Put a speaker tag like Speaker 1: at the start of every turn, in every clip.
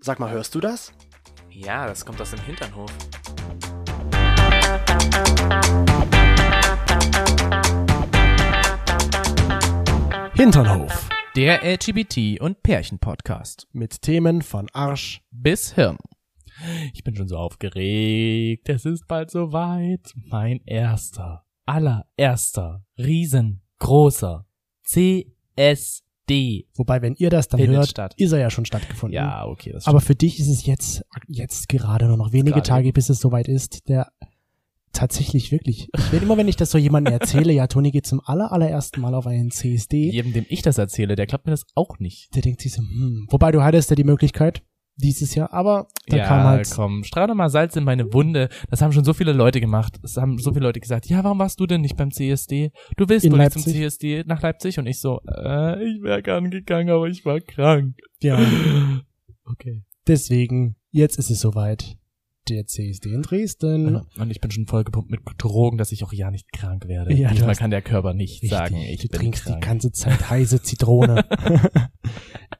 Speaker 1: Sag mal, hörst du das?
Speaker 2: Ja, das kommt aus dem Hinternhof.
Speaker 1: Hinternhof.
Speaker 2: Der LGBT- und Pärchen-Podcast.
Speaker 1: Mit Themen von Arsch.
Speaker 2: Bis Hirn.
Speaker 3: Ich bin schon so aufgeregt. Es ist bald soweit. Mein erster, allererster, riesengroßer CSD.
Speaker 1: Wobei, wenn ihr das dann
Speaker 3: Findet
Speaker 1: hört,
Speaker 3: statt.
Speaker 1: ist er ja schon stattgefunden.
Speaker 3: Ja, okay, das
Speaker 1: Aber für dich ist es jetzt, jetzt gerade nur noch wenige
Speaker 3: Gerade.
Speaker 1: Tage, bis es soweit ist, der tatsächlich wirklich. Ich werde immer, wenn ich das so jemandem erzähle, ja, Toni geht zum aller, allerersten Mal auf einen CSD,
Speaker 3: jedem, dem ich das erzähle, der klappt mir das auch nicht.
Speaker 1: der denkt sich so, hm, wobei du hattest ja die Möglichkeit dieses Jahr, aber da
Speaker 3: ja,
Speaker 1: kam halt,
Speaker 3: komm, streu doch mal Salz in meine Wunde. Das haben schon so viele Leute gemacht. Das haben so viele Leute gesagt, ja, warum warst du denn nicht beim CSD? Du willst
Speaker 1: In
Speaker 3: doch nicht zum
Speaker 1: Leipzig.
Speaker 3: CSD nach Leipzig. Und ich so, äh, ich wäre gern gegangen, aber ich war krank.
Speaker 1: ja,
Speaker 3: Okay.
Speaker 1: deswegen, jetzt ist es soweit. Der CSD in Dresden.
Speaker 3: Ja, Und ich bin schon vollgepumpt mit Drogen, dass ich auch ja nicht krank werde.
Speaker 1: Ja, du
Speaker 3: Diesmal
Speaker 1: hast-
Speaker 3: kann der Körper nicht
Speaker 1: Richtig,
Speaker 3: sagen, ich
Speaker 1: du
Speaker 3: bin
Speaker 1: trinkst
Speaker 3: krank.
Speaker 1: die ganze Zeit heiße Zitrone.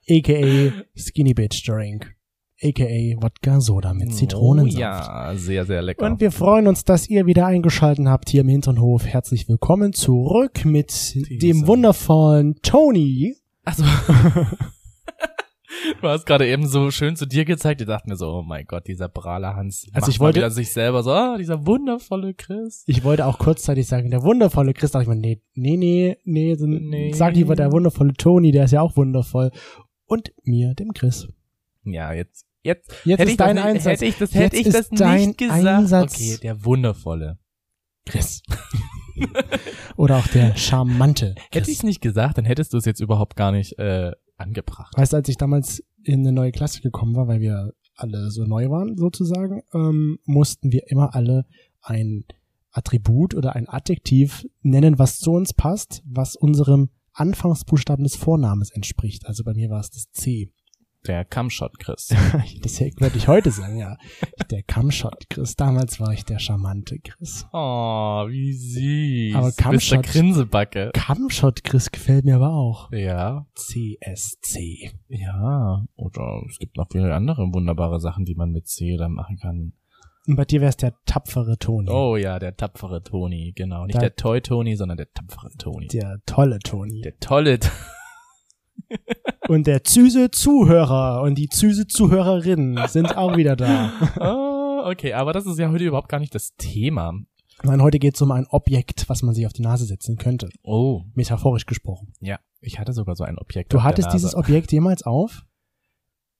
Speaker 1: AKA Skinny Bitch Drink. AKA Wodka Soda mit Zitronensaft.
Speaker 3: Oh, ja, sehr, sehr lecker.
Speaker 1: Und wir freuen uns, dass ihr wieder eingeschaltet habt hier im Hinternhof. Herzlich willkommen zurück mit dem
Speaker 3: Diese.
Speaker 1: wundervollen Tony.
Speaker 3: Also, du hast gerade eben so schön zu dir gezeigt. Ich dachte mir so, oh mein Gott, dieser Prahler Hans.
Speaker 1: Also
Speaker 3: macht
Speaker 1: ich wollte-
Speaker 3: mal wieder sich selber so, ah, dieser wundervolle Chris.
Speaker 1: Ich wollte auch kurzzeitig sagen, der wundervolle Chris, dachte ich mir, nee, nee, nee, nee, so-
Speaker 3: Nee.
Speaker 1: sag lieber der wundervolle Tony, der ist ja auch wundervoll. Und mir, dem Chris.
Speaker 3: Ja, jetzt, jetzt,
Speaker 1: Jetzt
Speaker 3: hätte
Speaker 1: ist
Speaker 3: ich das
Speaker 1: dein
Speaker 3: nicht,
Speaker 1: Einsatz.
Speaker 3: Hätte ich das,
Speaker 1: Jetzt
Speaker 3: hätte ich
Speaker 1: ist
Speaker 3: das
Speaker 1: dein
Speaker 3: nicht gesagt.
Speaker 1: Einsatz.
Speaker 3: Okay, der wundervolle.
Speaker 1: Chris. Oder auch der charmante
Speaker 3: Hätte ich
Speaker 1: Chris.
Speaker 3: es nicht gesagt, dann hättest du es jetzt überhaupt gar nicht äh, angebracht.
Speaker 1: Weißt du, als ich damals in eine neue Klasse gekommen war, weil wir alle so neu waren sozusagen, ähm, mussten wir immer alle ein Attribut oder ein Adjektiv nennen, was zu uns passt, was unserem Anfangsbuchstaben des Vornamens entspricht. Also bei mir war es das C.
Speaker 3: Der Kamshot Chris.
Speaker 1: Das würde ich heute sagen, ja. Der Kamshot Chris. Damals war ich der charmante Chris.
Speaker 3: Oh, wie süß.
Speaker 1: Aber
Speaker 3: Mr.
Speaker 1: Kamshot-
Speaker 3: Grinsebacke.
Speaker 1: Kamshot Chris gefällt mir aber auch.
Speaker 3: Ja,
Speaker 1: CSC.
Speaker 3: ja. Oder es gibt noch viele andere wunderbare Sachen, die man mit C dann machen kann.
Speaker 1: Und bei dir wär's der tapfere Toni.
Speaker 3: Oh ja, der tapfere Toni, genau. Nicht
Speaker 1: Da-
Speaker 3: der Toy Toni, sondern der tapfere Toni.
Speaker 1: Der tolle Toni.
Speaker 3: Der tolle. T-
Speaker 1: Und der züse Zuhörer und die züse Zuhörerinnen sind auch wieder da.
Speaker 3: oh, okay, aber das ist ja heute überhaupt gar nicht das Thema.
Speaker 1: Nein, heute geht's um ein Objekt, was man sich auf die Nase setzen könnte.
Speaker 3: Oh,
Speaker 1: Metaphorisch gesprochen.
Speaker 3: ja. Ich hatte sogar so ein Objekt.
Speaker 1: Du
Speaker 3: auf
Speaker 1: hattest
Speaker 3: der Nase.
Speaker 1: dieses Objekt jemals auf?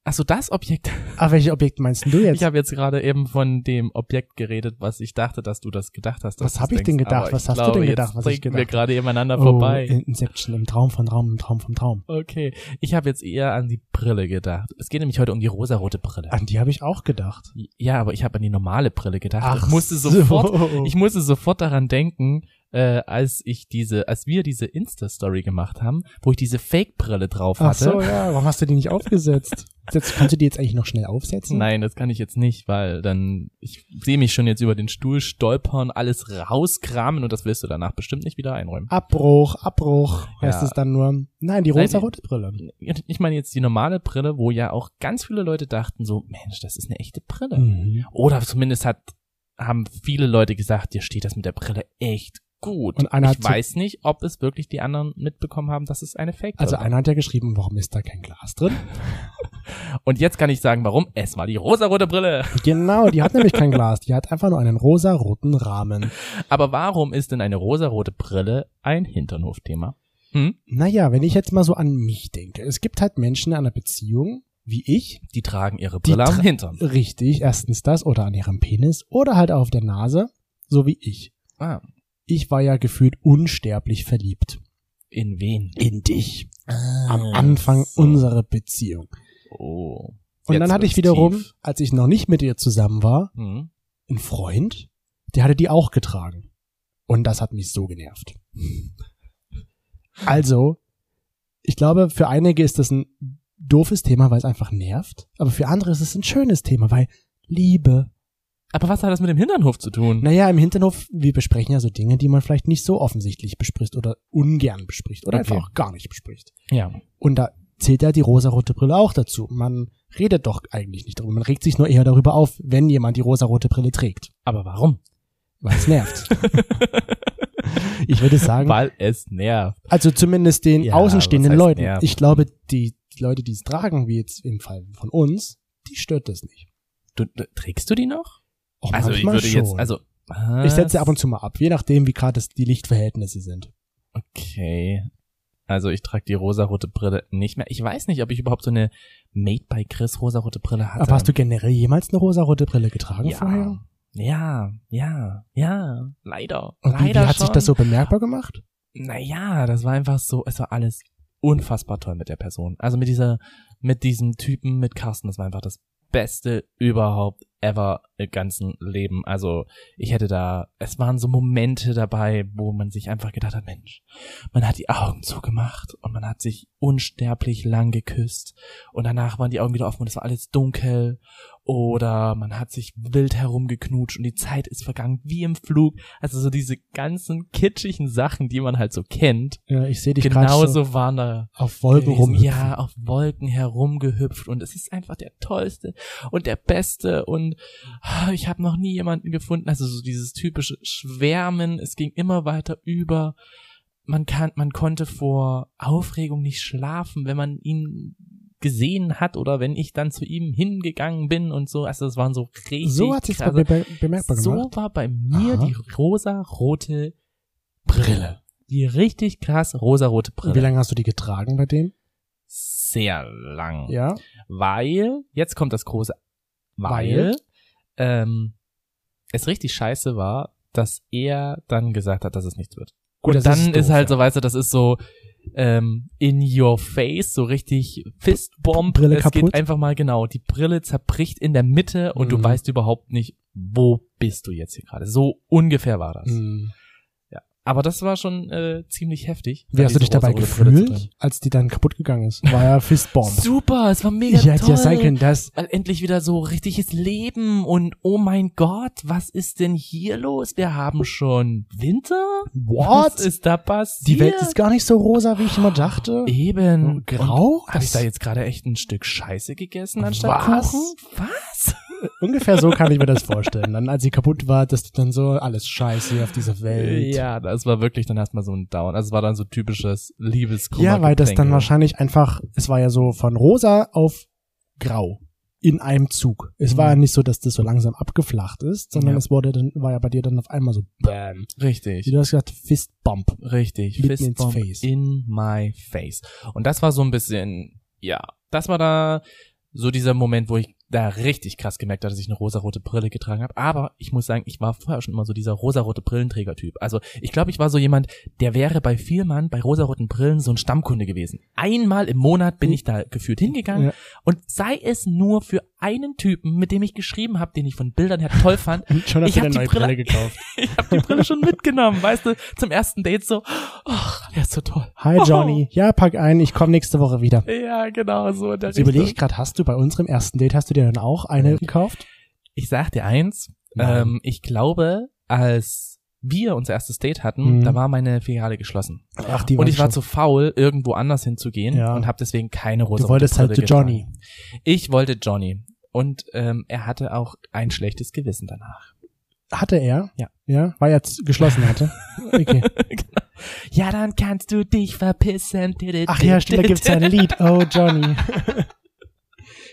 Speaker 3: Ach so, das Objekt.
Speaker 1: Ah, welches Objekt meinst du jetzt?
Speaker 3: Ich habe jetzt gerade eben von dem Objekt geredet, was ich dachte, dass du das gedacht hast. dass
Speaker 1: Was hab
Speaker 3: du's
Speaker 1: ich denn
Speaker 3: denkst.
Speaker 1: gedacht?
Speaker 3: Aber
Speaker 1: Was
Speaker 3: ich
Speaker 1: hast du
Speaker 3: glaube,
Speaker 1: denn gedacht,
Speaker 3: Jetzt
Speaker 1: was ich
Speaker 3: trinken wir
Speaker 1: gedacht
Speaker 3: gerade
Speaker 1: oh,
Speaker 3: aneinander vorbei.
Speaker 1: In- Inception, im Traum von Traum, im Traum vom Traum.
Speaker 3: Okay, ich habe jetzt eher an die Brille gedacht. Es geht nämlich heute um die rosarote Brille.
Speaker 1: An die habe ich auch gedacht.
Speaker 3: Ja, aber ich habe an die normale Brille gedacht.
Speaker 1: Ach
Speaker 3: ich musste
Speaker 1: so.
Speaker 3: sofort, ich musste sofort daran denken, äh, als ich diese, als wir diese Insta-Story gemacht haben, wo ich diese Fake-Brille drauf
Speaker 1: Ach
Speaker 3: hatte.
Speaker 1: so, ja. Warum hast du die nicht aufgesetzt? Jetzt, kannst du die jetzt eigentlich noch schnell aufsetzen?
Speaker 3: Nein, das kann ich jetzt nicht, weil dann ich sehe mich schon jetzt über den Stuhl stolpern, alles rauskramen und das willst du danach bestimmt nicht wieder einräumen.
Speaker 1: Abbruch, Abbruch. Heißt
Speaker 3: Ja.
Speaker 1: es dann nur, nein, die
Speaker 3: Nein,
Speaker 1: rosa-rote Brille.
Speaker 3: Ich meine jetzt die normale Brille, wo ja auch ganz viele Leute dachten so, Mensch, das ist eine echte Brille.
Speaker 1: Mhm.
Speaker 3: Oder zumindest hat, haben viele Leute gesagt, dir steht das mit der Brille echt gut.
Speaker 1: Und einer hat
Speaker 3: ich
Speaker 1: zu-
Speaker 3: weiß nicht, ob es wirklich die anderen mitbekommen haben, dass es eine Fake
Speaker 1: Also
Speaker 3: also
Speaker 1: einer hat ja geschrieben, warum ist da kein Glas drin?
Speaker 3: Und jetzt kann ich sagen, warum? Es war die rosarote Brille.
Speaker 1: genau, die hat nämlich kein Glas, die hat einfach nur einen rosa-roten Rahmen.
Speaker 3: Aber warum ist denn eine rosarote Brille ein Hinternhofthema? Hm?
Speaker 1: Naja, wenn ich jetzt mal so an mich denke, es gibt halt Menschen in einer Beziehung, wie ich,
Speaker 3: Die tragen ihre
Speaker 1: Die
Speaker 3: Brille am
Speaker 1: tra-
Speaker 3: Hintern.
Speaker 1: richtig, erstens das, oder an ihrem Penis, oder halt auf der Nase, so wie ich.
Speaker 3: Ah,
Speaker 1: Ich war ja gefühlt unsterblich verliebt.
Speaker 3: in wen?
Speaker 1: In dich. Am
Speaker 3: Ah,
Speaker 1: Anfang
Speaker 3: so.
Speaker 1: unserer Beziehung.
Speaker 3: Oh.
Speaker 1: Und
Speaker 3: Jetzt
Speaker 1: dann hatte ich
Speaker 3: wird's
Speaker 1: wiederum,
Speaker 3: tief.
Speaker 1: als ich noch nicht mit ihr zusammen war,
Speaker 3: Hm?
Speaker 1: einen Freund, der hatte die auch getragen. Und das hat mich so genervt. Also, ich glaube, für einige ist das ein doofes Thema, weil es einfach nervt. Aber für andere ist es ein schönes Thema, weil Liebe.
Speaker 3: Aber was hat das mit dem Hinternhof zu tun?
Speaker 1: Naja, im Hinterhof, wir besprechen ja so Dinge, die man vielleicht nicht so offensichtlich bespricht oder ungern bespricht oder
Speaker 3: Okay.
Speaker 1: einfach auch gar nicht bespricht.
Speaker 3: Ja.
Speaker 1: Und da zählt ja die rosarote Brille auch dazu. Man redet doch eigentlich nicht darüber. Man regt sich nur eher darüber auf, wenn jemand die rosarote Brille trägt,
Speaker 3: Aber warum?
Speaker 1: weil es nervt. ich würde sagen,
Speaker 3: Weil es nervt.
Speaker 1: also zumindest den
Speaker 3: Ja,
Speaker 1: außenstehenden
Speaker 3: was heißt
Speaker 1: Leuten.
Speaker 3: nerven?
Speaker 1: Ich glaube, die Leute, die es tragen, wie jetzt im Fall von uns, die stört das nicht.
Speaker 3: Du, du, trägst du die noch?
Speaker 1: Auch
Speaker 3: Also ich
Speaker 1: manchmal
Speaker 3: würde
Speaker 1: schon.
Speaker 3: jetzt, also
Speaker 1: ich setze ab
Speaker 3: zu.
Speaker 1: und zu mal ab, je nachdem, wie gerade das- die Lichtverhältnisse sind.
Speaker 3: Okay. Also ich trage die rosarote Brille nicht mehr. Ich weiß nicht, ob ich überhaupt so eine Made by Chris rosarote Brille hatte.
Speaker 1: Aber hast du generell jemals eine rosarote Brille getragen
Speaker 3: ja.
Speaker 1: vorher?
Speaker 3: Ja, ja, ja. Leider.
Speaker 1: Und wie, wie
Speaker 3: leider
Speaker 1: hat
Speaker 3: schon.
Speaker 1: sich das so bemerkbar gemacht?
Speaker 3: Naja, das war einfach so, es war alles unfassbar toll mit der Person. Also mit dieser, mit diesem Typen, mit Carsten, das war einfach das Beste überhaupt ever im ganzen Leben. Also ich hätte da, es waren so Momente dabei, wo man sich einfach gedacht hat, Mensch, man hat die Augen zugemacht und man hat sich unsterblich lang geküsst und danach waren die Augen wieder offen und es war alles dunkel oder man hat sich wild herumgeknutscht und die Zeit ist vergangen wie im Flug. Also so diese ganzen kitschigen Sachen, die man halt so kennt,
Speaker 1: Ja, ich sehe dich gerade so
Speaker 3: genauso waren da
Speaker 1: auf Wolken
Speaker 3: Genau gewesen.
Speaker 1: rum.
Speaker 3: Ja, auf Wolken herumgehüpft und es ist einfach der tollste und der beste und ah, ich habe noch nie jemanden gefunden, also so dieses typische Schwärmen, es ging immer weiter über. Man kann man konnte vor Aufregung nicht schlafen, wenn man ihn gesehen hat oder wenn ich dann zu ihm hingegangen bin und so, also das waren so richtig
Speaker 1: So hat sich
Speaker 3: krasse-
Speaker 1: be be bemerkbar
Speaker 3: so
Speaker 1: gemacht.
Speaker 3: war bei mir
Speaker 1: Aha.
Speaker 3: die rosa-rote Brille. Die richtig krass rosa-rote Brille.
Speaker 1: Wie lange hast du die getragen bei dem?
Speaker 3: Sehr lang.
Speaker 1: Ja.
Speaker 3: Weil, jetzt kommt das große, weil,
Speaker 1: Weil?
Speaker 3: Ähm, es richtig scheiße war, dass er dann gesagt hat, dass es nichts wird.
Speaker 1: Gut, das
Speaker 3: Und dann ist,
Speaker 1: ist doof,
Speaker 3: halt
Speaker 1: ja.
Speaker 3: so, weißt du, das ist so ähm, in your face, so richtig Fistbomb.
Speaker 1: Brille
Speaker 3: es
Speaker 1: kaputt?
Speaker 3: geht einfach mal genau. Die Brille zerbricht in der Mitte und du
Speaker 1: Mhm.
Speaker 3: weißt überhaupt nicht, wo bist du jetzt hier gerade. So ungefähr war das.
Speaker 1: Hm.
Speaker 3: Aber das war schon äh, ziemlich heftig.
Speaker 1: Wie hast du
Speaker 3: diese
Speaker 1: dich dabei
Speaker 3: rosa-rote Brille zu
Speaker 1: gefühlt, als die dann kaputt gegangen ist? War ja
Speaker 3: tragen.
Speaker 1: Fistbomb.
Speaker 3: Super, es war mega
Speaker 1: Ich hätte
Speaker 3: toll.
Speaker 1: ja sein können, dass
Speaker 3: weil äh, endlich wieder so richtiges Leben und oh mein Gott, was ist denn hier los? Wir haben schon Winter?
Speaker 1: What?
Speaker 3: Was ist da passiert?
Speaker 1: Die Welt ist gar nicht so rosa, wie ich immer dachte.
Speaker 3: eben
Speaker 1: Und grau?
Speaker 3: Habe ich
Speaker 1: Das-
Speaker 3: da jetzt gerade echt ein Stück Scheiße gegessen anstatt
Speaker 1: Was?
Speaker 3: Kuchen? Was?
Speaker 1: Ungefähr so kann ich mir das vorstellen. Dann, als sie kaputt war, dass die dann so alles scheiße hier auf dieser Welt.
Speaker 3: Äh, Ja, das war wirklich dann erstmal so ein Down. Also es war dann so typisches Liebeskummer.
Speaker 1: Ja, weil das dann
Speaker 3: Getränke.
Speaker 1: wahrscheinlich einfach, es war ja so von rosa auf grau in einem Zug. Es war
Speaker 3: Mhm.
Speaker 1: ja nicht so, dass das so langsam abgeflacht ist, sondern
Speaker 3: Ja.
Speaker 1: es wurde dann, war ja bei dir dann auf einmal so, bam. Wie
Speaker 3: Richtig.
Speaker 1: du hast gesagt, Fistbump.
Speaker 3: Richtig.
Speaker 1: Mitten ins
Speaker 3: Fistbomb
Speaker 1: Face.
Speaker 3: in my face. Und das war so ein bisschen, ja, das war da so dieser Moment, wo ich da richtig krass gemerkt habe, dass ich eine rosarote Brille getragen habe. Aber ich muss sagen, ich war vorher schon immer so dieser rosarote Brillenträger-Typ. Also ich glaube, ich war so jemand, der wäre bei Vielmann bei rosaroten Brillen so ein Stammkunde gewesen. Einmal im Monat bin ich da gefühlt hingegangen
Speaker 1: Hm. Ja.
Speaker 3: und sei es nur für einen Typen, mit dem ich geschrieben habe, den ich von Bildern her toll fand,
Speaker 1: Schon
Speaker 3: Ich
Speaker 1: hast du
Speaker 3: hab
Speaker 1: eine
Speaker 3: die
Speaker 1: neue
Speaker 3: Brille-
Speaker 1: Brille, gekauft.
Speaker 3: ich habe die Brille schon mitgenommen, weißt du, zum ersten Date so, ach, der ist so toll.
Speaker 1: Hi Johnny.
Speaker 3: Oh.
Speaker 1: Ja, pack ein, ich komme nächste Woche wieder.
Speaker 3: Ja, genau, so in der
Speaker 1: Jetzt überlege ich
Speaker 3: Richtung.
Speaker 1: gerade, hast du bei unserem ersten Date, hast du dir dann auch eine gekauft?
Speaker 3: Ich sag dir eins,
Speaker 1: Nein.
Speaker 3: ähm, ich glaube, als wir unser erstes Date hatten,
Speaker 1: Mhm.
Speaker 3: da war meine Filiale geschlossen.
Speaker 1: Ach, die
Speaker 3: und ich war
Speaker 1: schon-
Speaker 3: zu faul, irgendwo anders hinzugehen
Speaker 1: Ja.
Speaker 3: und habe deswegen keine rosa
Speaker 1: Du wolltest halt zu
Speaker 3: Brille
Speaker 1: Johnny.
Speaker 3: getragen. Ich wollte Johnny. Und ähm, er hatte auch ein schlechtes Gewissen danach.
Speaker 1: Hatte er?
Speaker 3: Ja.
Speaker 1: Ja, weil er jetzt geschlossen hatte. Okay.
Speaker 3: Genau. Ja, dann kannst du dich verpissen.
Speaker 1: Ach ja, stimmt, da gibt's ja ein Lied. Oh, Johnny.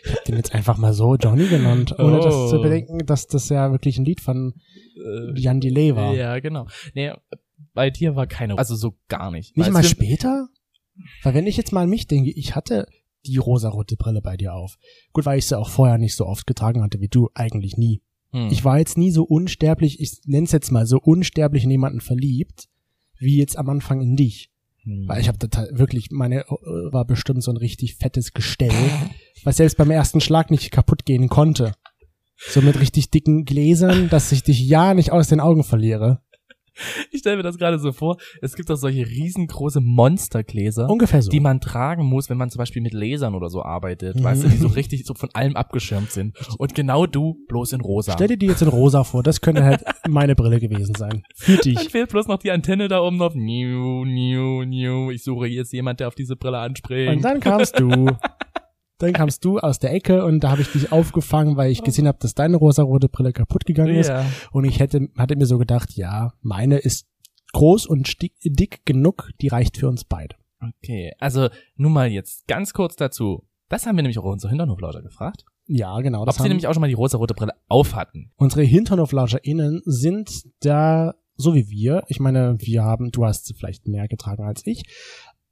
Speaker 1: Ich hab den jetzt einfach mal so Johnny genannt, ohne das zu
Speaker 3: Oh. Äh,
Speaker 1: bedenken, dass das ja wirklich ein Lied von Jan Delay war.
Speaker 3: Ja, genau. Nee, bei dir war keine, also so gar nicht.
Speaker 1: Nicht
Speaker 3: Weil
Speaker 1: mal
Speaker 3: es sind-
Speaker 1: später? Weil wenn ich jetzt mal an mich denke, ich hatte die rosarote Brille bei dir auf. Gut, weil ich sie auch vorher nicht so oft getragen hatte wie du, eigentlich nie.
Speaker 3: Hm.
Speaker 1: Ich war jetzt nie so unsterblich, ich nenn's jetzt mal so unsterblich in jemanden verliebt, wie jetzt am Anfang in dich.
Speaker 3: Hm.
Speaker 1: Weil ich habe wirklich, meine äh, war bestimmt so ein richtig fettes Gestell, was selbst beim ersten Schlag nicht kaputt gehen konnte. So mit richtig dicken Gläsern, dass ich dich ja nicht aus den Augen verliere.
Speaker 3: Ich stelle mir das gerade so vor, es gibt auch solche riesengroße Monstergläser,
Speaker 1: Ungefähr so.
Speaker 3: die man tragen muss, wenn man zum Beispiel mit Lasern oder so arbeitet,
Speaker 1: Mhm.
Speaker 3: weißt du, die so richtig so von allem abgeschirmt sind. Und genau du, bloß in rosa.
Speaker 1: Stell dir die jetzt in rosa vor, das könnte halt meine Brille gewesen sein. Für
Speaker 3: Dann
Speaker 1: dich.
Speaker 3: fehlt bloß noch die Antenne da oben auf. New, new, new. Ich suche jetzt jemand, der auf diese Brille
Speaker 1: Und
Speaker 3: anspringt.
Speaker 1: dann kamst du. Dann kamst du aus der Ecke und da habe ich dich aufgefangen, weil ich gesehen habe, dass deine rosarote Brille kaputt gegangen ist.
Speaker 3: Ja.
Speaker 1: Und ich hätte, hatte mir so gedacht, ja, meine ist groß und stick, dick genug, die reicht für uns beide.
Speaker 3: Okay, also nun mal jetzt ganz kurz dazu. Das haben wir nämlich auch unsere Hinternhofleute gefragt.
Speaker 1: Ja, genau.
Speaker 3: Ob
Speaker 1: Das
Speaker 3: sie
Speaker 1: haben,
Speaker 3: nämlich auch schon mal die rosa-rote Brille auf hatten.
Speaker 1: unsere HinternhoflauscherInnen sind da so wie wir. Ich meine, wir haben, du hast sie vielleicht mehr getragen als ich,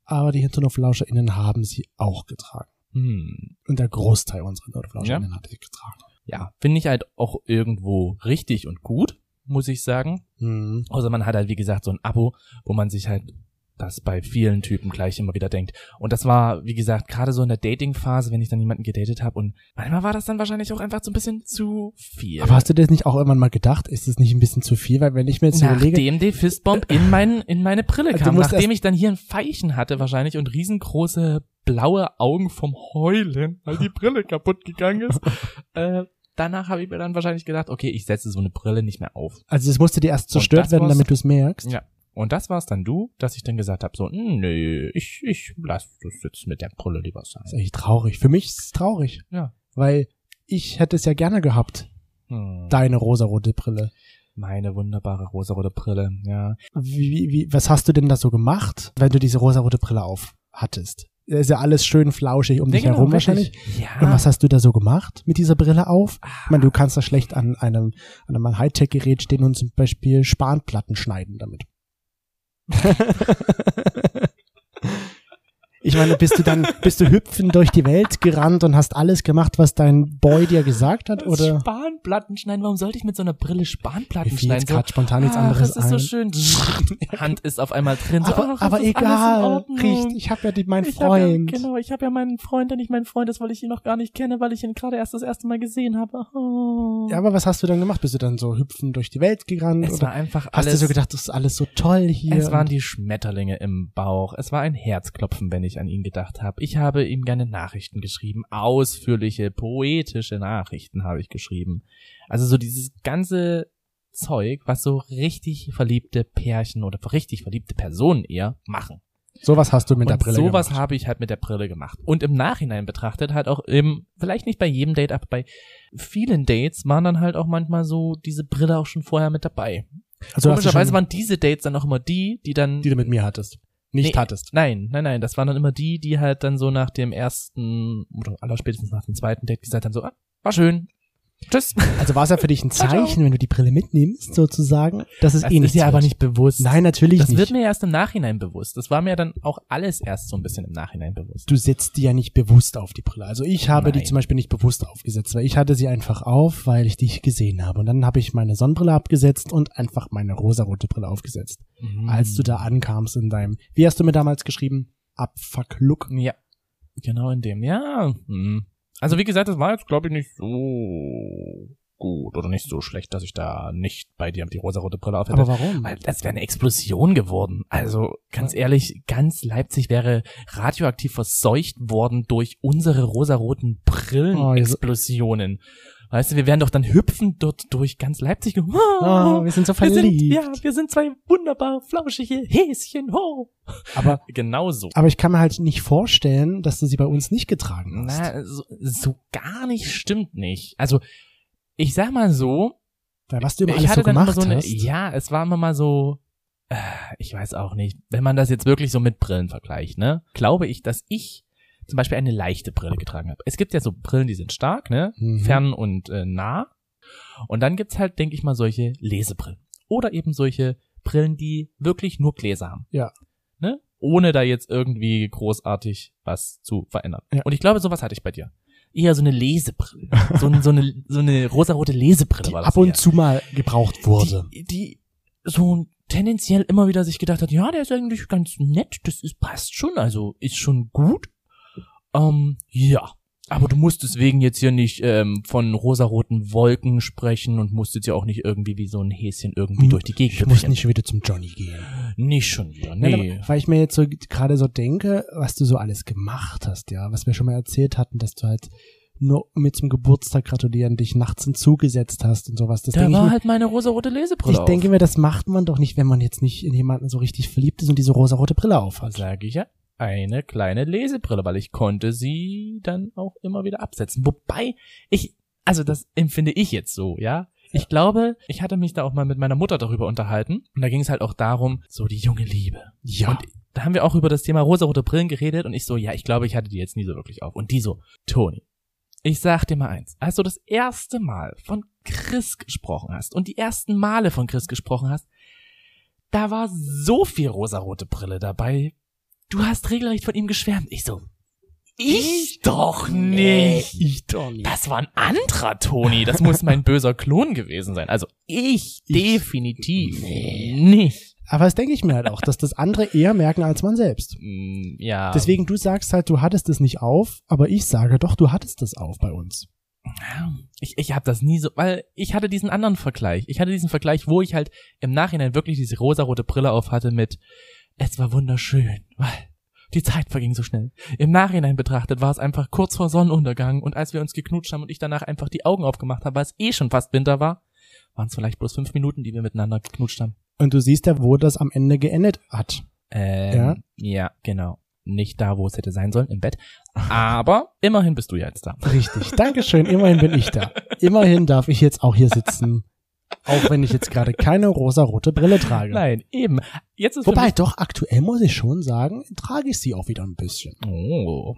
Speaker 1: aber die HinternhoflauscherInnen haben sie auch getragen.
Speaker 3: Hm.
Speaker 1: Und der Großteil unserer HinternhoflauscherInnen hat sie getragen.
Speaker 3: Ja, finde ich halt auch irgendwo richtig und gut, muss ich sagen.
Speaker 1: Hm.
Speaker 3: Außer man hat halt, wie gesagt, so ein Abo, wo man sich halt das bei vielen Typen gleich immer wieder denkt. Und das war, wie gesagt, gerade so in der Dating-Phase, wenn ich dann jemanden gedatet habe und manchmal war das dann wahrscheinlich auch einfach so ein bisschen zu viel.
Speaker 1: Aber hast du dir das nicht auch irgendwann mal gedacht? Ist es nicht ein bisschen zu viel? Weil wenn ich mir jetzt überlege,
Speaker 3: nachdem die Fistbomb in, mein, in meine Brille
Speaker 1: Du
Speaker 3: kam,
Speaker 1: musst
Speaker 3: nachdem ich dann hier ein Pfeichen hatte wahrscheinlich und riesengroße blaue Augen vom Heulen, weil die Brille kaputt gegangen ist. Äh, danach habe ich mir dann wahrscheinlich gedacht, okay, ich setze so eine Brille nicht mehr auf.
Speaker 1: also es musste dir erst zerstört
Speaker 3: das
Speaker 1: werden,
Speaker 3: war's.
Speaker 1: damit du es merkst.
Speaker 3: Ja. Und das war's dann du, dass ich dann gesagt habe, so, nö, ich, ich lass das jetzt mit der Brille lieber
Speaker 1: Das
Speaker 3: sein.
Speaker 1: ist echt traurig. Für mich ist es traurig.
Speaker 3: Ja.
Speaker 1: Weil ich hätte es ja gerne gehabt,
Speaker 3: Hm.
Speaker 1: deine rosarote Brille.
Speaker 3: Meine wunderbare rosarote Brille, ja.
Speaker 1: Wie, wie, was hast du denn da so gemacht, wenn du diese rosarote Brille auf hattest? Da Ist ja alles schön flauschig um dich
Speaker 3: Ja, genau,
Speaker 1: herum
Speaker 3: richtig. Ah.
Speaker 1: wahrscheinlich.
Speaker 3: Ja.
Speaker 1: Und was hast du da so gemacht mit dieser Brille auf? Ich
Speaker 3: Ah.
Speaker 1: meine, du kannst da schlecht an einem, an einem Hightech-Gerät stehen und zum Beispiel Spanplatten schneiden damit. ich meine, bist du dann, bist du hüpfend durch die Welt gerannt und hast alles gemacht, was dein Boy dir gesagt hat? Oder
Speaker 3: Spanplatten schneiden. Warum sollte ich mit so einer Brille Spanplatten
Speaker 1: mir fiel
Speaker 3: schneiden? ah,
Speaker 1: jetzt gerade spontan nichts anderes
Speaker 3: das ist so
Speaker 1: ein.
Speaker 3: schön. Hand ist auf einmal drin. So,
Speaker 1: aber
Speaker 3: ach,
Speaker 1: aber
Speaker 3: das ist
Speaker 1: egal,
Speaker 3: alles in Ordnung.
Speaker 1: riecht. Ich habe ja die, meinen
Speaker 3: Ich hab
Speaker 1: Freund.
Speaker 3: Ja, genau, ich habe ja meinen Freund, der nicht mein Freund ist, weil ich ihn noch gar nicht kenne, weil ich ihn gerade erst das erste Mal gesehen habe. Oh.
Speaker 1: Ja, aber was hast du dann gemacht? Bist du dann so hüpfend durch die Welt gerannt?
Speaker 3: es
Speaker 1: oder
Speaker 3: war einfach
Speaker 1: hast
Speaker 3: alles.
Speaker 1: du so gedacht, das ist alles so toll hier?
Speaker 3: es waren
Speaker 1: und-
Speaker 3: die Schmetterlinge im Bauch. Es war ein Herzklopfen, wenn ich an ihn gedacht habe. Ich habe ihm gerne Nachrichten geschrieben. Ausführliche, poetische Nachrichten habe ich geschrieben. Also so dieses ganze Zeug, was so richtig verliebte Pärchen oder richtig verliebte Personen eher machen.
Speaker 1: sowas hast du mit der
Speaker 3: und
Speaker 1: Brille
Speaker 3: sowas
Speaker 1: gemacht.
Speaker 3: habe ich halt mit der Brille gemacht. Und im Nachhinein betrachtet halt auch im, vielleicht nicht bei jedem Date, aber bei vielen Dates waren dann halt auch manchmal so diese Brille auch schon vorher mit dabei.
Speaker 1: Also hast du
Speaker 3: Komischerweise
Speaker 1: schon-
Speaker 3: waren diese Dates dann auch immer die, die dann.
Speaker 1: die du mit mir hattest. Nicht
Speaker 3: Nee.
Speaker 1: hattest.
Speaker 3: nein, nein, nein, das waren dann immer die, die halt dann so nach dem ersten oder allerspätestens nach dem zweiten Date gesagt haben so, ah, war schön. Tschüss.
Speaker 1: Also war es ja für dich ein
Speaker 3: ciao.
Speaker 1: Zeichen, wenn du die Brille mitnimmst, sozusagen, dass es
Speaker 3: Das
Speaker 1: eh
Speaker 3: ist
Speaker 1: nichts
Speaker 3: dir aber
Speaker 1: wird.
Speaker 3: nicht bewusst.
Speaker 1: Nein, natürlich
Speaker 3: das
Speaker 1: nicht.
Speaker 3: wird mir erst im Nachhinein bewusst. Das war mir dann auch alles erst so ein bisschen im Nachhinein bewusst.
Speaker 1: du setzt die ja nicht bewusst auf die Brille. Also ich habe die
Speaker 3: Nein.
Speaker 1: zum Beispiel nicht bewusst aufgesetzt, weil ich hatte sie einfach auf, weil ich dich gesehen habe. Und dann habe ich meine Sonnenbrille abgesetzt und einfach meine rosarote Brille aufgesetzt. Als du da ankamst in deinem, wie hast du mir damals geschrieben? Abfuck-Look.
Speaker 3: Ja, genau in dem, ja. Hm. Also wie gesagt, das war jetzt, glaube ich, nicht so gut oder nicht so schlecht, dass ich da nicht bei dir die rosarote Brille aufhätte.
Speaker 1: Aber warum?
Speaker 3: Weil das wäre eine Explosion geworden. Also ganz ehrlich, ganz Leipzig wäre radioaktiv verseucht worden durch unsere rosaroten
Speaker 1: Oh, ihr so-
Speaker 3: Brillenexplosionen. Weißt du, wir wären doch dann hüpfend dort durch ganz Leipzig. ge-
Speaker 1: Oh, wir sind so
Speaker 3: wir
Speaker 1: verliebt.
Speaker 3: sind, ja, wir sind zwei wunderbar flauschige Häschen. Ho.
Speaker 1: aber,
Speaker 3: Genau so.
Speaker 1: aber ich kann mir halt nicht vorstellen, dass du sie bei uns nicht getragen hast.
Speaker 3: Na, so, so gar nicht stimmt nicht. Also, ich sag mal so,
Speaker 1: Weil was du immer
Speaker 3: ich
Speaker 1: alles
Speaker 3: hatte
Speaker 1: so
Speaker 3: dann immer
Speaker 1: gemacht
Speaker 3: so eine,
Speaker 1: hast.
Speaker 3: ja, es war immer mal so, äh, ich weiß auch nicht, wenn man das jetzt wirklich so mit Brillen vergleicht, ne, glaube ich, dass ich zum Beispiel eine leichte Brille getragen habe. Es gibt ja so Brillen, die sind stark, ne,
Speaker 1: Mhm.
Speaker 3: fern und äh, nah. Und dann gibt's halt, denke ich mal, solche Lesebrillen. Oder eben solche Brillen, die wirklich nur Gläser haben.
Speaker 1: Ja.
Speaker 3: Ne? Ohne da jetzt irgendwie großartig was zu verändern.
Speaker 1: Ja.
Speaker 3: Und ich glaube, sowas hatte ich bei dir. Eher so eine Lesebrille. So, ein- so eine, so eine rosarote Lesebrille
Speaker 1: die
Speaker 3: war das.
Speaker 1: ab und
Speaker 3: eher.
Speaker 1: zu mal gebraucht wurde.
Speaker 3: Die, die so tendenziell immer wieder sich gedacht hat, ja, der ist eigentlich ganz nett, das ist, passt schon, also ist schon gut. Ähm, ja. Aber du musst deswegen jetzt hier nicht ähm, von rosaroten Wolken sprechen und musst jetzt ja auch nicht irgendwie wie so ein Häschen irgendwie
Speaker 1: Hm,
Speaker 3: durch die Gegend
Speaker 1: ich muss
Speaker 3: hüpfen.
Speaker 1: nicht schon wieder zum Johnny gehen.
Speaker 3: Nicht schon wieder, ne?
Speaker 1: Nein,
Speaker 3: nee.
Speaker 1: aber weil ich mir jetzt so gerade so denke, was du so alles gemacht hast, ja, was wir schon mal erzählt hatten, dass du halt nur mit zum Geburtstag gratulieren dich nachts hinzugesetzt hast und sowas. Das
Speaker 3: Da
Speaker 1: denke ich
Speaker 3: war
Speaker 1: mir,
Speaker 3: halt meine rosarote Lesebrille
Speaker 1: ich denke mir, das macht man doch nicht, wenn man jetzt nicht in jemanden so richtig verliebt ist und diese rosarote Brille
Speaker 3: auf.
Speaker 1: aufhat.
Speaker 3: Sag ich ja. eine kleine Lesebrille, weil ich konnte sie dann auch immer wieder absetzen. Wobei ich, also das empfinde ich jetzt so, ja. Ich glaube, ich hatte mich da auch mal mit meiner Mutter darüber unterhalten und da ging es halt auch darum, so die junge Liebe.
Speaker 1: Ja.
Speaker 3: Und da haben wir auch über das Thema rosarote Brillen geredet und ich so, ja, ich glaube, ich hatte die jetzt nie so wirklich auf. Und die so, Toni, ich sag dir mal eins, als du das erste Mal von Chris gesprochen hast und die ersten Male von Chris gesprochen hast, da war so viel rosarote Brille dabei. Du hast regelrecht von ihm geschwärmt. Ich so, ich doch nicht.
Speaker 1: ich doch nicht.
Speaker 3: Das war ein anderer Toni. Das muss mein böser Klon gewesen sein. Also ich, definitiv nicht.
Speaker 1: Aber das denke ich mir halt auch, dass das andere eher merken als man selbst.
Speaker 3: Mm, Ja.
Speaker 1: Deswegen, du sagst halt, du hattest es nicht auf, aber ich sage doch, du hattest es auf bei uns.
Speaker 3: Ich, ich habe das nie so, weil ich hatte diesen anderen Vergleich. Ich hatte diesen Vergleich, wo ich halt im Nachhinein wirklich diese rosarote Brille auf hatte mit, es war wunderschön, weil die Zeit verging so schnell. Im Nachhinein betrachtet war es einfach kurz vor Sonnenuntergang und als wir uns geknutscht haben und ich danach einfach die Augen aufgemacht habe, weil es eh schon fast Winter war, waren es vielleicht bloß fünf Minuten, die wir miteinander geknutscht haben.
Speaker 1: Und du siehst ja, wo das am Ende geendet hat.
Speaker 3: Ähm, ja. ja, genau. Nicht da, wo es hätte sein sollen, im Bett. Aber immerhin bist du ja jetzt da.
Speaker 1: Richtig. Dankeschön. Immerhin bin ich da. Immerhin darf ich jetzt auch hier sitzen. Auch wenn ich jetzt gerade keine rosa-rote Brille trage.
Speaker 3: Nein, eben. Jetzt ist für
Speaker 1: Wobei, doch, aktuell muss ich schon sagen, trage ich sie auch wieder ein bisschen.
Speaker 3: mich- Oh,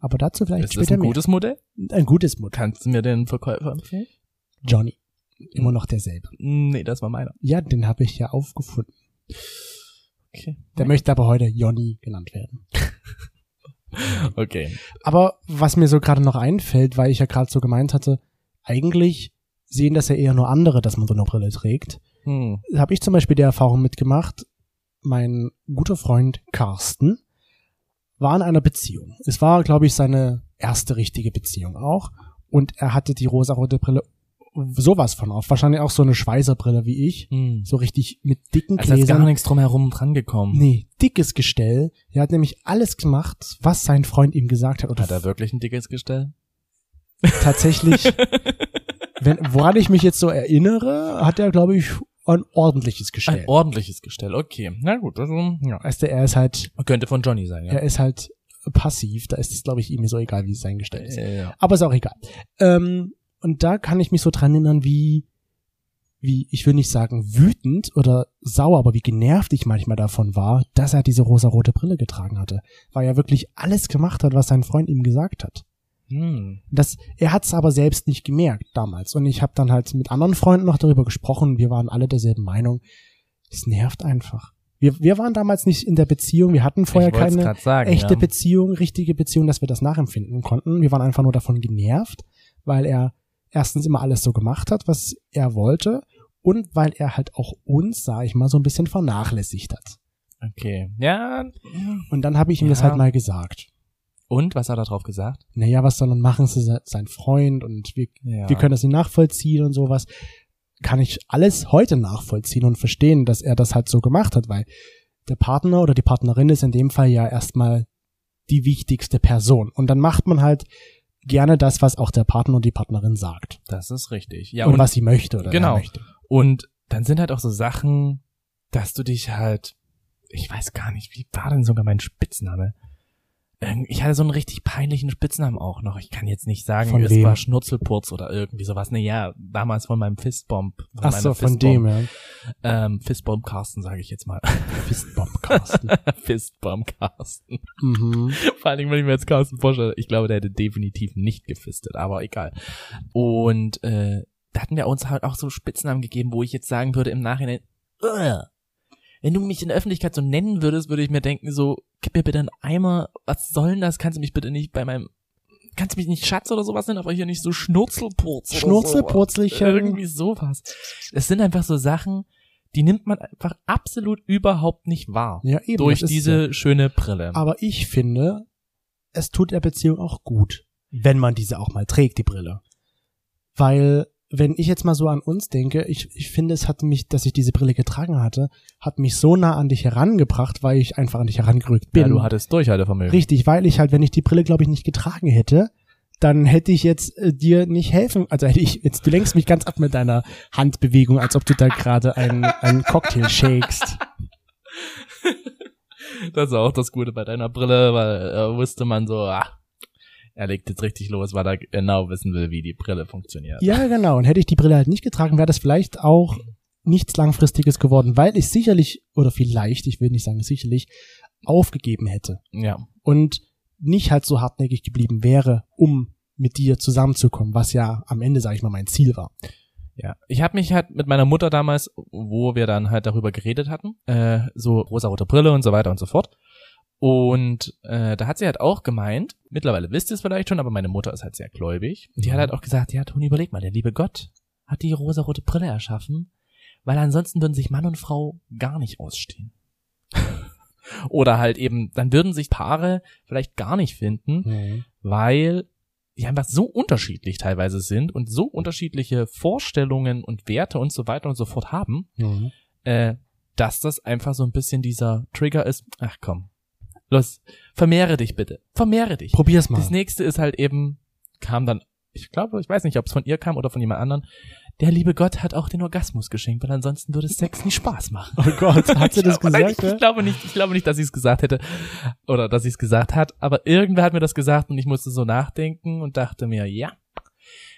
Speaker 1: Aber dazu vielleicht
Speaker 3: ist das
Speaker 1: später
Speaker 3: ein gutes Modell?
Speaker 1: mehr. Ein gutes Mutter.
Speaker 3: Kannst du mir den Verkäufer empfehlen?
Speaker 1: Johnny.
Speaker 3: Mhm.
Speaker 1: Immer noch derselbe.
Speaker 3: Nee, das war meiner.
Speaker 1: Ja, den habe ich ja aufgefunden.
Speaker 3: Okay.
Speaker 1: Der möchte aber heute Johnny genannt werden.
Speaker 3: Okay.
Speaker 1: Aber was mir so gerade noch einfällt, weil ich ja gerade so gemeint hatte, eigentlich sehen das ja eher nur andere, dass man so eine Brille trägt.
Speaker 3: Hm.
Speaker 1: Habe ich zum Beispiel die Erfahrung mitgemacht, mein guter Freund Carsten war in einer Beziehung. Es war, glaube ich, seine erste richtige Beziehung auch. Und er hatte die rosarote Brille sowas von auf. Wahrscheinlich auch so eine Schweißerbrille wie ich.
Speaker 3: Hm.
Speaker 1: So richtig mit dicken
Speaker 3: Also ist
Speaker 1: Gläsern.
Speaker 3: gar nichts drumherum drangekommen.
Speaker 1: Nee, dickes Gestell. Er hat nämlich alles gemacht, was sein Freund ihm gesagt hat. Oder
Speaker 3: Hat er wirklich ein dickes Gestell?
Speaker 1: tatsächlich, wenn, woran ich mich jetzt so erinnere, hat er, glaube ich, ein ordentliches Gestell.
Speaker 3: Ein ordentliches Gestell, okay. Na gut, also, ja.
Speaker 1: Weißt du, er ist halt,
Speaker 3: Könnte von Johnny sein, ja.
Speaker 1: er ist halt passiv, da ist es, glaube ich, ihm so egal, wie sein Gestell ist.
Speaker 3: Äh, ja.
Speaker 1: Aber ist auch egal. Ähm, und da kann ich mich so dran erinnern, wie, wie, ich will nicht sagen wütend oder sauer, aber wie genervt ich manchmal davon war, dass er diese rosarote Brille getragen hatte. Weil er wirklich alles gemacht hat, was sein Freund ihm gesagt hat.
Speaker 3: Hm.
Speaker 1: Das, er hat's aber selbst nicht gemerkt damals. Und ich habe dann halt mit anderen Freunden noch darüber gesprochen. Wir waren alle derselben Meinung. Es nervt einfach. Wir, wir waren damals nicht in der Beziehung. Wir hatten vorher
Speaker 3: ich wollt's
Speaker 1: keine
Speaker 3: grad sagen,
Speaker 1: echte
Speaker 3: ja.
Speaker 1: Beziehung, richtige Beziehung, dass wir das nachempfinden konnten. Wir waren einfach nur davon genervt, weil er erstens immer alles so gemacht hat, was er wollte. Und weil er halt auch uns, sag ich mal, so ein bisschen vernachlässigt hat.
Speaker 3: Okay. Ja.
Speaker 1: Und dann habe ich ihm das
Speaker 3: Ja.
Speaker 1: halt mal gesagt.
Speaker 3: Und, was hat er drauf gesagt?
Speaker 1: Naja, was soll man machen? Es ist sein Freund und wir
Speaker 3: Ja.
Speaker 1: wir können das nicht nachvollziehen und sowas, kann ich alles heute nachvollziehen und verstehen, dass er das halt so gemacht hat, weil der Partner oder die Partnerin ist in dem Fall ja erstmal die wichtigste Person. Und dann macht man halt gerne das, was auch der Partner und die Partnerin sagt.
Speaker 3: Das ist richtig. Ja,
Speaker 1: und,
Speaker 3: und
Speaker 1: was sie möchte oder
Speaker 3: Genau.
Speaker 1: er möchte.
Speaker 3: Und dann sind halt auch so Sachen, dass du dich halt, ich weiß gar nicht, wie war denn sogar mein Spitzname? Irgend- Ich hatte so einen richtig peinlichen Spitznamen auch noch. Ich kann jetzt nicht sagen,
Speaker 1: Von
Speaker 3: es
Speaker 1: wem?
Speaker 3: war Schnurzelpurz oder irgendwie sowas. Nee, ja, damals von meinem Fistbomb. Von
Speaker 1: Ach so,
Speaker 3: meiner
Speaker 1: von
Speaker 3: Fistbomb.
Speaker 1: dem, ja.
Speaker 3: Ähm, Fistbomb Carsten, sage ich jetzt mal.
Speaker 1: Fistbomb, Carsten.
Speaker 3: Fistbomb Carsten.
Speaker 1: mhm.
Speaker 3: Vor allen Dingen, wenn ich mir jetzt Carsten vorstelle, ich glaube, der hätte definitiv nicht gefistet, aber egal. Und äh, da hatten wir uns halt auch so Spitznamen gegeben, wo ich jetzt sagen würde im Nachhinein, "Ugh." wenn du mich in der Öffentlichkeit so nennen würdest, würde ich mir denken, so, gib mir bitte einen Eimer, was soll denn das? Kannst du mich bitte nicht bei meinem, kannst du mich nicht Schatz oder sowas nennen, aber hier nicht so Schnurzelpurz. oder sowas.
Speaker 1: Schnurzelpurzlichen.
Speaker 3: Irgendwie sowas. Es sind einfach so Sachen, die nimmt man einfach absolut überhaupt nicht wahr.
Speaker 1: Ja, eben.
Speaker 3: durch
Speaker 1: das ist
Speaker 3: diese schöne Brille.
Speaker 1: so. Aber ich finde, es tut der Beziehung auch gut,
Speaker 3: Mhm.
Speaker 1: wenn man diese auch mal trägt, die Brille. Weil, wenn ich jetzt mal so an uns denke, ich, ich finde, es hat mich, dass ich diese Brille getragen hatte, hat mich so nah an dich herangebracht, weil ich einfach an dich herangerückt bin.
Speaker 3: Ja, du hattest Durchhaltevermögen.
Speaker 1: Richtig, weil ich halt, wenn ich die Brille, glaube ich, nicht getragen hätte, dann hätte ich jetzt äh, dir nicht helfen. Also hätte ich jetzt, du lenkst mich ganz ab mit deiner Handbewegung, als ob du da gerade einen, einen Cocktail shakest.
Speaker 3: Das ist auch das Gute bei deiner Brille, weil äh, wusste man so, ah, er legt jetzt richtig los, weil er genau wissen will, wie die Brille funktioniert.
Speaker 1: Ja, genau. Und hätte ich die Brille halt nicht getragen, wäre das vielleicht auch nichts Langfristiges geworden, weil ich sicherlich, oder vielleicht, ich will nicht sagen sicherlich, aufgegeben hätte
Speaker 3: Ja.
Speaker 1: und nicht halt so hartnäckig geblieben wäre, um mit dir zusammenzukommen, was ja am Ende, sage ich mal, mein Ziel war.
Speaker 3: Ja, ich habe mich halt mit meiner Mutter damals, wo wir dann halt darüber geredet hatten, äh, so rosarote Brille und so weiter und so fort. Und äh, da hat sie halt auch gemeint, mittlerweile wisst ihr es vielleicht schon, aber meine Mutter ist halt sehr gläubig. Die hat halt auch gesagt, ja, Toni, überleg mal, der liebe Gott hat die rosarote Brille erschaffen, weil ansonsten würden sich Mann und Frau gar nicht ausstehen. Oder halt eben, dann würden sich Paare vielleicht gar nicht finden, weil die einfach so unterschiedlich teilweise sind und so unterschiedliche Vorstellungen und Werte und so weiter und so fort haben, äh, dass das einfach so ein bisschen dieser Trigger ist. Ach komm, los, vermehre dich bitte, vermehre dich.
Speaker 1: Probier's mal.
Speaker 3: Das nächste ist halt eben, kam dann, ich glaube, ich weiß nicht, ob es von ihr kam oder von jemand anderen, der liebe Gott hat auch den Orgasmus geschenkt, weil ansonsten würde Sex nicht Spaß machen.
Speaker 1: Oh Gott, hat sie
Speaker 3: Ich
Speaker 1: das
Speaker 3: glaube- nein,
Speaker 1: gesagt?
Speaker 3: Ich,
Speaker 1: ne?
Speaker 3: ich glaube nicht, ich glaube nicht, dass sie es gesagt hätte oder dass sie es gesagt hat, aber irgendwer hat mir das gesagt und ich musste so nachdenken und dachte mir, ja,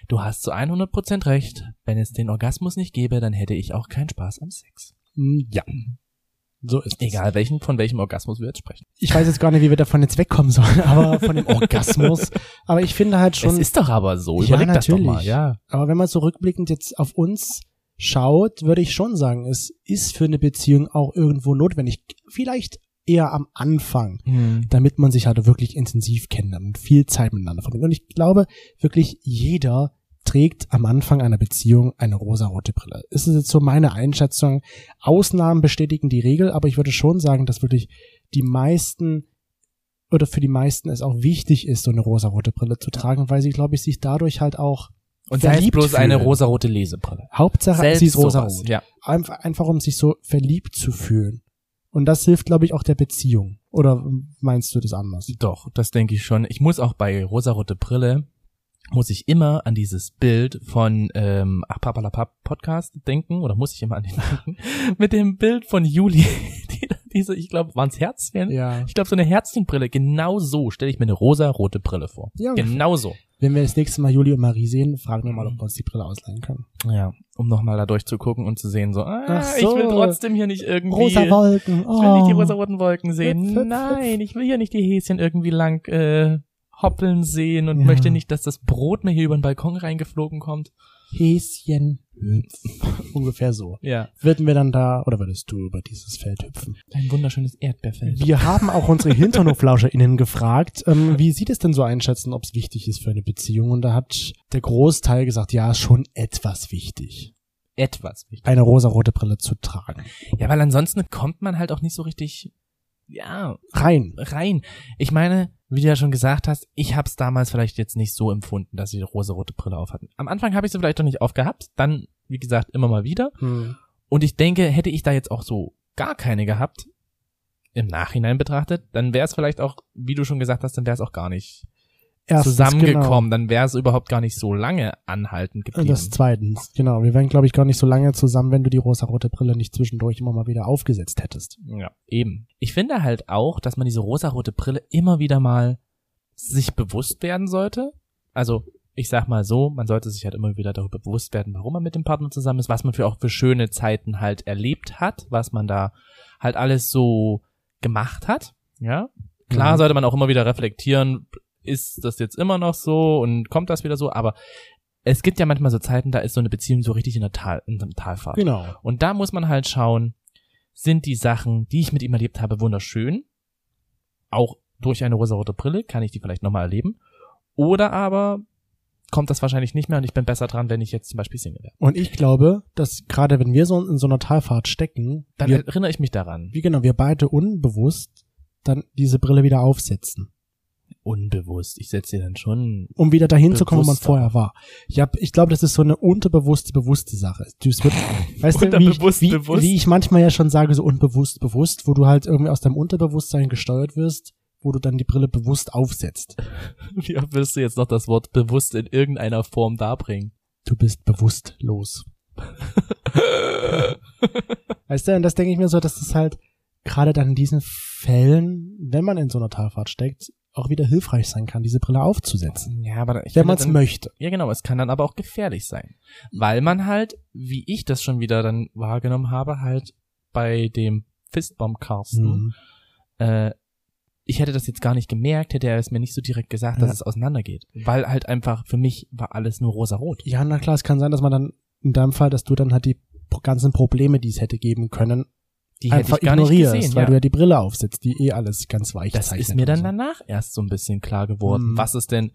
Speaker 3: du hast zu 100% recht. Wenn es den Orgasmus nicht gäbe, dann hätte ich auch keinen Spaß am Sex.
Speaker 1: Mm, Ja. So ist es.
Speaker 3: Egal welchen, von welchem Orgasmus wir jetzt sprechen.
Speaker 1: Ich weiß jetzt gar nicht, wie wir davon jetzt wegkommen sollen, aber von dem Orgasmus. Aber ich finde halt
Speaker 3: es
Speaker 1: schon,
Speaker 3: ist doch aber so,
Speaker 1: Ja,
Speaker 3: überleg das doch
Speaker 1: natürlich.
Speaker 3: mal, ja.
Speaker 1: aber wenn man so rückblickend jetzt auf uns schaut, würde ich schon sagen, es ist für eine Beziehung auch irgendwo notwendig. Vielleicht eher am Anfang. damit man sich halt wirklich intensiv kennenlernt und viel Zeit miteinander verbringt. Und ich glaube, wirklich jeder trägt am Anfang einer Beziehung eine rosarote Brille. Es ist jetzt so meine Einschätzung. Ausnahmen bestätigen die Regel, aber ich würde schon sagen, dass wirklich die meisten oder für die meisten es auch wichtig ist, so eine rosarote Brille zu tragen, weil sie, glaube ich, sich dadurch halt auch
Speaker 3: Und sei es
Speaker 1: verliebt
Speaker 3: bloß eine
Speaker 1: fühlen.
Speaker 3: rosarote Lesebrille.
Speaker 1: Hauptsache, sie ist
Speaker 3: sowas,
Speaker 1: rosarot.
Speaker 3: Ja.
Speaker 1: Einfach, einfach, um sich so verliebt zu fühlen. Und das hilft, glaube ich, auch der Beziehung. Oder meinst du das anders?
Speaker 3: Doch, das denke ich schon. Ich muss auch bei rosarote Brille muss ich immer an dieses Bild von ähm, Ach Papalapap Podcast denken oder muss ich immer an den denken mit dem Bild von Juli, die, diese ich glaube waren's Herzchen.
Speaker 1: Ja.
Speaker 3: Ich glaube so eine Herzchenbrille, genau so stelle ich mir eine rosarote Brille vor.
Speaker 1: Ja.
Speaker 3: Genau so.
Speaker 1: Wenn wir das nächste Mal Juli und Marie sehen, fragen wir mal, ob wir uns die Brille ausleihen können.
Speaker 3: Ja, um nochmal da durchzugucken und zu sehen so, ah,
Speaker 1: Ach so.
Speaker 3: ich will trotzdem hier nicht irgendwie
Speaker 1: Rosa Wolken. Oh.
Speaker 3: Ich will nicht die rosaroten Wolken sehen.
Speaker 1: Hüpf, hüpf,
Speaker 3: Nein, ich will hier nicht die Häschen irgendwie lang äh, hoppeln sehen und
Speaker 1: Ja.
Speaker 3: möchte nicht, dass das Brot mir hier über den Balkon reingeflogen kommt.
Speaker 1: Häschen. Oh. Ungefähr so.
Speaker 3: Ja,
Speaker 1: Würden wir dann da, oder würdest du über dieses Feld hüpfen?
Speaker 3: ein wunderschönes Erdbeerfeld.
Speaker 1: Wir haben auch unsere HinternhoflauscherInnen gefragt, ähm, wie sie das denn so einschätzen, ob es wichtig ist für eine Beziehung. Und da hat der Großteil gesagt, ja, schon etwas wichtig,
Speaker 3: Etwas wichtig.
Speaker 1: eine rosarote Brille zu tragen.
Speaker 3: Ja, weil ansonsten kommt man halt auch nicht so richtig, ja,
Speaker 1: Rein.
Speaker 3: rein. Ich meine, wie du ja schon gesagt hast, ich hab's damals vielleicht jetzt nicht so empfunden, dass sie die rosarote Brille aufhatten. Am Anfang habe ich sie vielleicht noch nicht aufgehabt, dann, wie gesagt, immer mal wieder. Und ich denke, hätte ich da jetzt auch so gar keine gehabt, im Nachhinein betrachtet, dann wäre es vielleicht auch, wie du schon gesagt hast, dann wäre es auch gar nicht
Speaker 1: Erstens,
Speaker 3: zusammengekommen. Dann wäre es überhaupt gar nicht so lange anhaltend
Speaker 1: Genau.
Speaker 3: geblieben.
Speaker 1: Und das zweitens, genau. Wir wären, glaube ich, gar nicht so lange zusammen, wenn du die rosarote Brille nicht zwischendurch immer mal wieder aufgesetzt hättest.
Speaker 3: ja, eben. Ich finde halt auch, dass man diese rosarote Brille immer wieder mal sich bewusst werden sollte. Also, ich sag mal so, man sollte sich halt immer wieder darüber bewusst werden, warum man mit dem Partner zusammen ist, was man für auch für schöne Zeiten halt erlebt hat, was man da halt alles so gemacht hat. Ja, Klar
Speaker 1: Mhm.
Speaker 3: sollte man auch immer wieder reflektieren, ist das jetzt immer noch so und kommt das wieder so, aber es gibt ja manchmal so Zeiten, da ist so eine Beziehung so richtig in der Tal, in einem Talfahrt.
Speaker 1: Genau.
Speaker 3: Und da muss man halt schauen, sind die Sachen, die ich mit ihm erlebt habe, wunderschön? Auch durch eine rosarote Brille kann ich die vielleicht nochmal erleben. Oder aber kommt das wahrscheinlich nicht mehr und ich bin besser dran, wenn ich jetzt zum Beispiel Single wäre.
Speaker 1: Und ich glaube, dass gerade wenn wir so in so einer Talfahrt stecken,
Speaker 3: Dann
Speaker 1: wir,
Speaker 3: erinnere ich mich daran.
Speaker 1: wie genau, wir beide unbewusst dann diese Brille wieder aufsetzen,
Speaker 3: Unbewusst. Ich setze dir dann schon
Speaker 1: um wieder dahin zu kommen, wo man
Speaker 3: Bewusster.
Speaker 1: vorher war. Ich, hab- ich glaube, das ist so eine unterbewusste, bewusste Sache. Das wird, weißt du, wie ich,
Speaker 3: Unterbewusst,
Speaker 1: wie,
Speaker 3: bewusst.
Speaker 1: wie ich manchmal ja schon sage, so unbewusst, bewusst, wo du halt irgendwie aus deinem Unterbewusstsein gesteuert wirst, wo du dann die Brille bewusst aufsetzt.
Speaker 3: Wie oft wirst du jetzt noch das Wort bewusst in irgendeiner Form darbringen?
Speaker 1: Du bist bewusstlos. Weißt du, und das denke ich mir so, dass das halt gerade dann in diesen Fällen, wenn man in so einer Talfahrt steckt, auch wieder hilfreich sein kann, diese Brille aufzusetzen.
Speaker 3: Ja, aber da- ich
Speaker 1: Wenn
Speaker 3: finde
Speaker 1: man es
Speaker 3: dann-
Speaker 1: möchte.
Speaker 3: Ja, genau. Es kann dann aber auch gefährlich sein. Weil man halt, wie ich das schon wieder dann wahrgenommen habe, halt bei dem Fistbomb Carsten,
Speaker 1: Mhm.
Speaker 3: äh, ich hätte das jetzt gar nicht gemerkt, hätte er es mir nicht so direkt gesagt, dass
Speaker 1: Ja.
Speaker 3: es auseinandergeht. Weil halt einfach, für mich war alles nur rosarot.
Speaker 1: Ja, na klar, es kann sein, dass man dann, in deinem Fall, dass du dann halt die pro- ganzen Probleme, die es hätte geben können,
Speaker 3: Die hätte
Speaker 1: einfach
Speaker 3: ich gar nicht
Speaker 1: ignorierst,
Speaker 3: gesehen.
Speaker 1: weil
Speaker 3: ja.
Speaker 1: du ja die Brille aufsetzt, die eh alles ganz weich
Speaker 3: das
Speaker 1: zeichnet
Speaker 3: ist mir
Speaker 1: und
Speaker 3: dann
Speaker 1: so.
Speaker 3: danach erst so ein bisschen klar geworden,
Speaker 1: Mhm.
Speaker 3: was es denn,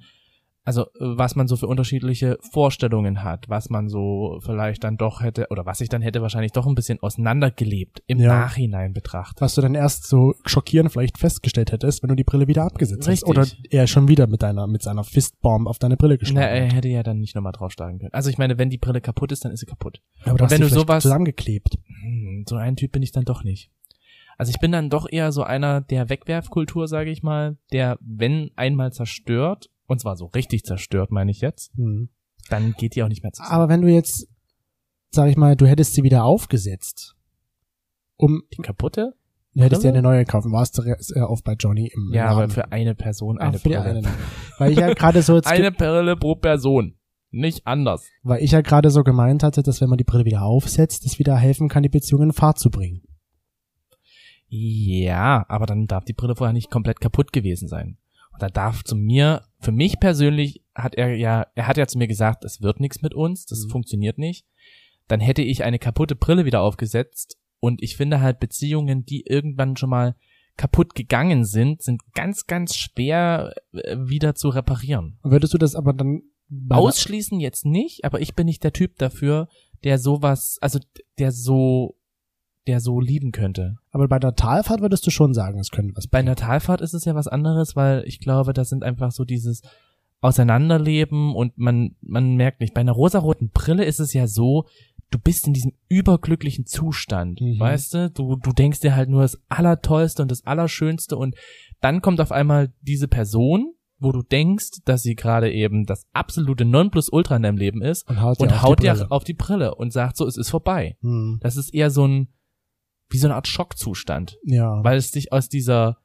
Speaker 3: also äh, was man so für unterschiedliche Vorstellungen hat, was man so vielleicht dann doch hätte, oder was ich dann hätte wahrscheinlich doch ein bisschen auseinandergelebt im
Speaker 1: Ja.
Speaker 3: Nachhinein betrachtet.
Speaker 1: was du dann erst so schockierend vielleicht festgestellt hättest, wenn du die Brille wieder abgesetzt hast.
Speaker 3: Richtig.
Speaker 1: Oder er schon wieder mit deiner, mit seiner Fistbomb auf deine Brille
Speaker 3: Na,
Speaker 1: geschlagen.
Speaker 3: er
Speaker 1: hat.
Speaker 3: hätte ja dann nicht nochmal draufschlagen können. Also ich meine, wenn die Brille kaputt ist, dann ist sie kaputt.
Speaker 1: Aber da hast
Speaker 3: wenn
Speaker 1: du
Speaker 3: du
Speaker 1: vielleicht
Speaker 3: sowas-
Speaker 1: zusammengeklebt.
Speaker 3: Hm, so ein Typ bin ich dann doch nicht. Also ich bin dann doch eher so einer der Wegwerfkultur, sage ich mal, der, wenn einmal zerstört, und zwar so richtig zerstört, meine ich jetzt,
Speaker 1: Hm.
Speaker 3: dann geht die auch nicht mehr zusammen.
Speaker 1: Aber wenn du jetzt, sag ich mal, du hättest sie wieder aufgesetzt, um,
Speaker 3: die kaputte?
Speaker 1: du hättest dir
Speaker 3: Brille?
Speaker 1: eine neue kaufen, warst du äh, auf bei Johnny im
Speaker 3: Hm? Ja,
Speaker 1: Laden.
Speaker 3: aber für eine Person
Speaker 1: Ah,
Speaker 3: eine
Speaker 1: für die
Speaker 3: Brille.
Speaker 1: eine. Weil ich ja gerade so jetzt,
Speaker 3: Eine Brille pro Person. Nicht anders.
Speaker 1: weil ich ja gerade so gemeint hatte, dass wenn man die Brille wieder aufsetzt, das wieder helfen kann, die Beziehung in Fahrt zu bringen.
Speaker 3: Ja, aber dann darf die Brille vorher nicht komplett kaputt gewesen sein. Und da darf zu mir, für mich persönlich hat er ja, er hat ja zu mir gesagt, es wird nichts mit uns,
Speaker 1: Mhm.
Speaker 3: das funktioniert nicht. Dann hätte ich eine kaputte Brille wieder aufgesetzt und ich finde halt Beziehungen, die irgendwann schon mal kaputt gegangen sind, sind ganz, ganz schwer äh, wieder zu reparieren.
Speaker 1: Würdest du das aber dann bei-
Speaker 3: Ausschließen jetzt nicht, aber ich bin nicht der Typ dafür, der sowas, also der so, der so lieben könnte.
Speaker 1: aber bei einer Talfahrt würdest du schon sagen, es könnte was
Speaker 3: Bei einer Talfahrt ist es ja was anderes, weil ich glaube, das sind einfach so dieses Auseinanderleben und man, man merkt nicht. Bei einer rosaroten Brille ist es ja so, du bist in diesem überglücklichen Zustand,
Speaker 1: Mhm.
Speaker 3: weißt du? du? Du denkst dir halt nur das Allertollste und das Allerschönste und dann kommt auf einmal diese Person, wo du denkst, dass sie gerade eben das absolute Nonplusultra in deinem Leben ist
Speaker 1: und haut dir
Speaker 3: und
Speaker 1: auf
Speaker 3: haut
Speaker 1: die
Speaker 3: dir
Speaker 1: Brille.
Speaker 3: auf die Brille und sagt so, es ist vorbei.
Speaker 1: Hm,
Speaker 3: Das ist eher so ein, wie so eine Art Schockzustand,
Speaker 1: ja.
Speaker 3: weil es dich aus dieser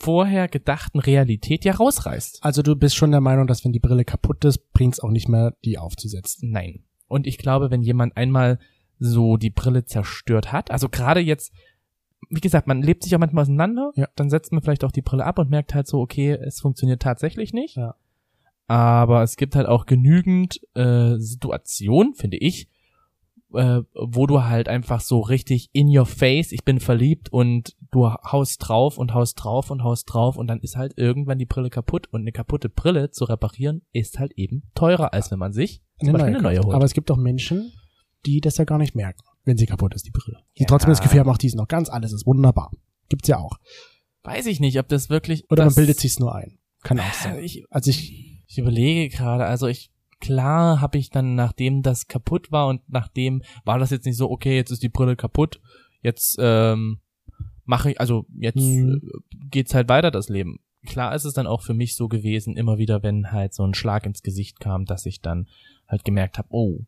Speaker 3: vorher gedachten Realität ja rausreißt.
Speaker 1: also du bist schon der Meinung, dass wenn die Brille kaputt ist, bringt's auch nicht mehr, die aufzusetzen.
Speaker 3: Nein. Und ich glaube, wenn jemand einmal so die Brille zerstört hat, also gerade jetzt, wie gesagt, man lebt sich ja manchmal auseinander,
Speaker 1: Ja.
Speaker 3: dann setzt man vielleicht auch die Brille ab und merkt halt so, okay, es funktioniert tatsächlich nicht.
Speaker 1: Ja.
Speaker 3: Aber es gibt halt auch genügend äh, Situationen, finde ich, äh, wo du halt einfach so richtig in your face, ich bin verliebt und du haust drauf und haust drauf und haust drauf und dann ist halt irgendwann die Brille kaputt und eine kaputte Brille zu reparieren ist halt eben teurer, als wenn man sich zum Beispiel eine neue
Speaker 1: kauft.
Speaker 3: holt.
Speaker 1: Aber es gibt auch Menschen, die das ja gar nicht merken, wenn sie kaputt ist, die Brille. Die
Speaker 3: Ja.
Speaker 1: trotzdem das Gefühl haben, auch die ist noch ganz, alles ist wunderbar. Gibt's ja auch.
Speaker 3: Weiß ich nicht, ob das wirklich.
Speaker 1: Oder
Speaker 3: das,
Speaker 1: man bildet sich's nur ein. Kann auch sein.
Speaker 3: Ich,
Speaker 1: Also ich,
Speaker 3: ich überlege gerade, also ich. Klar habe ich dann, nachdem das kaputt war und nachdem war das jetzt nicht so, okay, jetzt ist die Brille kaputt, jetzt ähm, mache ich, also jetzt
Speaker 1: Mhm.
Speaker 3: äh, geht's halt weiter das Leben. Klar ist es dann auch für mich so gewesen, immer wieder, wenn halt so ein Schlag ins Gesicht kam, dass ich dann halt gemerkt habe, oh,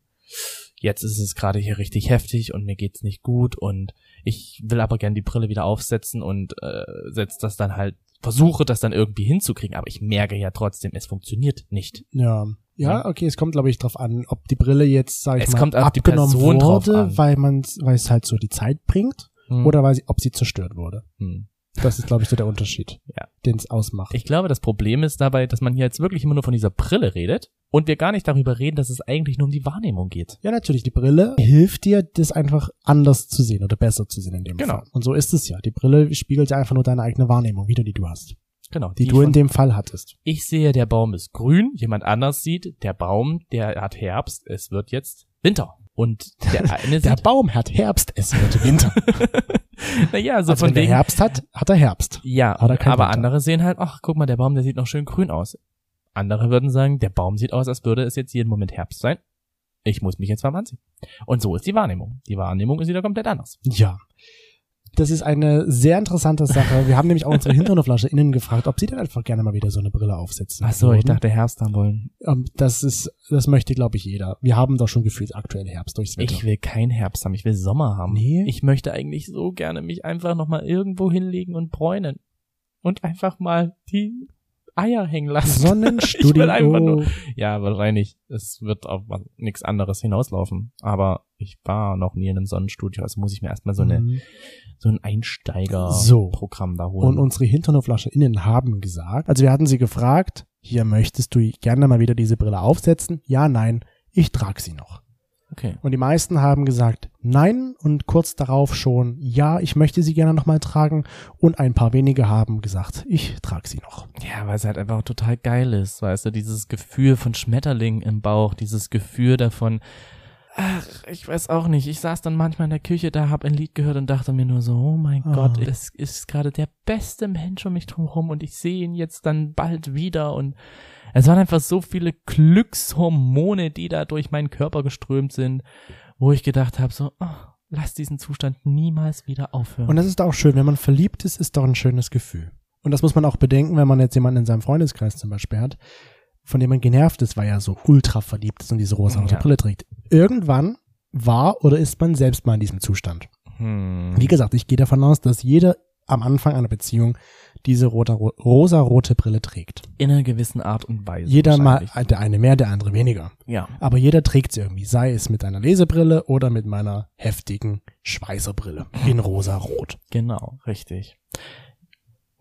Speaker 3: jetzt ist es gerade hier richtig heftig und mir geht's nicht gut und ich will aber gern die Brille wieder aufsetzen und äh, setz das dann halt, versuche das dann irgendwie hinzukriegen, aber ich merke ja trotzdem, es funktioniert nicht.
Speaker 1: ja. Ja,
Speaker 3: Ja.
Speaker 1: okay, es kommt, glaube ich, drauf an, ob die Brille jetzt, sag ich
Speaker 3: Es
Speaker 1: mal,
Speaker 3: kommt auf die
Speaker 1: abgenommen
Speaker 3: Person drauf
Speaker 1: wurde,
Speaker 3: an. Mhm.
Speaker 1: weil man, weil es halt so die Zeit bringt, oder weil sie, ob sie zerstört wurde.
Speaker 3: Hm.
Speaker 1: Das ist, glaube ich, so der Unterschied,
Speaker 3: Ja.
Speaker 1: den es ausmacht.
Speaker 3: Ich glaube, das Problem ist dabei, dass man hier jetzt wirklich immer nur von dieser Brille redet und wir gar nicht darüber reden, dass es eigentlich nur um die Wahrnehmung geht.
Speaker 1: Ja, natürlich. Die Brille hilft dir, das einfach anders zu sehen oder besser zu sehen in dem
Speaker 3: Genau.
Speaker 1: Fall. Und so ist es ja. Die Brille spiegelt ja einfach nur deine eigene Wahrnehmung wieder, die du hast.
Speaker 3: Genau.
Speaker 1: Die, du in
Speaker 3: von-
Speaker 1: dem Fall hattest.
Speaker 3: ich sehe, der Baum ist grün, jemand anders sieht, der Baum, der hat Herbst, es wird jetzt Winter. Und der eine
Speaker 1: Der
Speaker 3: sieht,
Speaker 1: Baum hat Herbst, es wird Winter.
Speaker 3: naja, so
Speaker 1: also
Speaker 3: von
Speaker 1: wenn der
Speaker 3: wegen,
Speaker 1: Herbst hat, hat er Herbst.
Speaker 3: ja,
Speaker 1: hat er keinen
Speaker 3: aber
Speaker 1: Winter.
Speaker 3: andere sehen halt, ach, guck mal, der Baum, der sieht noch schön grün aus. Andere würden sagen, der Baum sieht aus, als würde es jetzt jeden Moment Herbst sein. Ich muss mich jetzt warm anziehen. Und so ist die Wahrnehmung. Die Wahrnehmung ist wieder komplett anders.
Speaker 1: Ja. Das ist eine sehr interessante Sache. Wir haben nämlich auch unsere Hinternoflasche innen gefragt, ob sie denn einfach gerne mal wieder so eine Brille aufsetzen.
Speaker 3: Ach so, ich
Speaker 1: würden.
Speaker 3: dachte Herbst haben wollen.
Speaker 1: Ähm, Das ist, das möchte, glaube ich, jeder. Wir haben doch schon gefühlt aktuell Herbst durchs Wetter.
Speaker 3: Ich will keinen Herbst haben, ich will Sommer haben.
Speaker 1: Nee.
Speaker 3: Ich möchte eigentlich so gerne mich einfach nochmal irgendwo hinlegen und bräunen. Und einfach mal die Eier hängen lassen.
Speaker 1: Sonnenstudio.
Speaker 3: Ich will einfach nur- Ja, wahrscheinlich. Es wird auf nichts anderes hinauslaufen. Aber ich war noch nie in einem Sonnenstudio, also muss ich mir erstmal so, eine,
Speaker 1: Mhm.
Speaker 3: so ein Einsteiger-Programm da holen.
Speaker 1: Und unsere Hinternoflasche innen haben gesagt, also wir hatten sie gefragt, hier möchtest du gerne mal wieder diese Brille aufsetzen? Ja, nein, ich trage sie noch.
Speaker 3: okay.
Speaker 1: Und die meisten haben gesagt nein und kurz darauf schon ja, ich möchte sie gerne nochmal tragen und ein paar wenige haben gesagt, ich trage sie noch.
Speaker 3: Ja, weil es halt einfach total geil ist, weißt du, dieses Gefühl von Schmetterling im Bauch, dieses Gefühl davon, ach, ich weiß auch nicht, ich saß dann manchmal in der Küche da, hab ein Lied gehört und dachte mir nur so, oh mein
Speaker 1: Ah.
Speaker 3: Gott, es ist gerade der beste Mensch um mich drumherum und ich sehe ihn jetzt dann bald wieder und es waren einfach so viele Glückshormone, die da durch meinen Körper geströmt sind, wo ich gedacht habe, so, oh, lass diesen Zustand niemals wieder aufhören.
Speaker 1: Und das ist auch schön, wenn man verliebt ist, ist doch ein schönes Gefühl. Und das muss man auch bedenken, wenn man jetzt jemanden in seinem Freundeskreis zum Beispiel hat, von dem man genervt ist, weil er so ultra verliebt ist und diese rosa
Speaker 3: Ja.
Speaker 1: Brille trägt. Irgendwann war oder ist man selbst mal in diesem Zustand.
Speaker 3: hm.
Speaker 1: Wie gesagt, ich gehe davon aus, dass jeder am Anfang einer Beziehung diese rote, ro- rosa-rote Brille trägt.
Speaker 3: in einer gewissen Art und Weise.
Speaker 1: Jeder mal,
Speaker 3: wahrscheinlich.
Speaker 1: der eine mehr, der andere weniger.
Speaker 3: Ja.
Speaker 1: Aber jeder trägt sie irgendwie, sei es mit einer Lesebrille oder mit meiner heftigen Schweißerbrille in rosa-rot.
Speaker 3: Genau, richtig.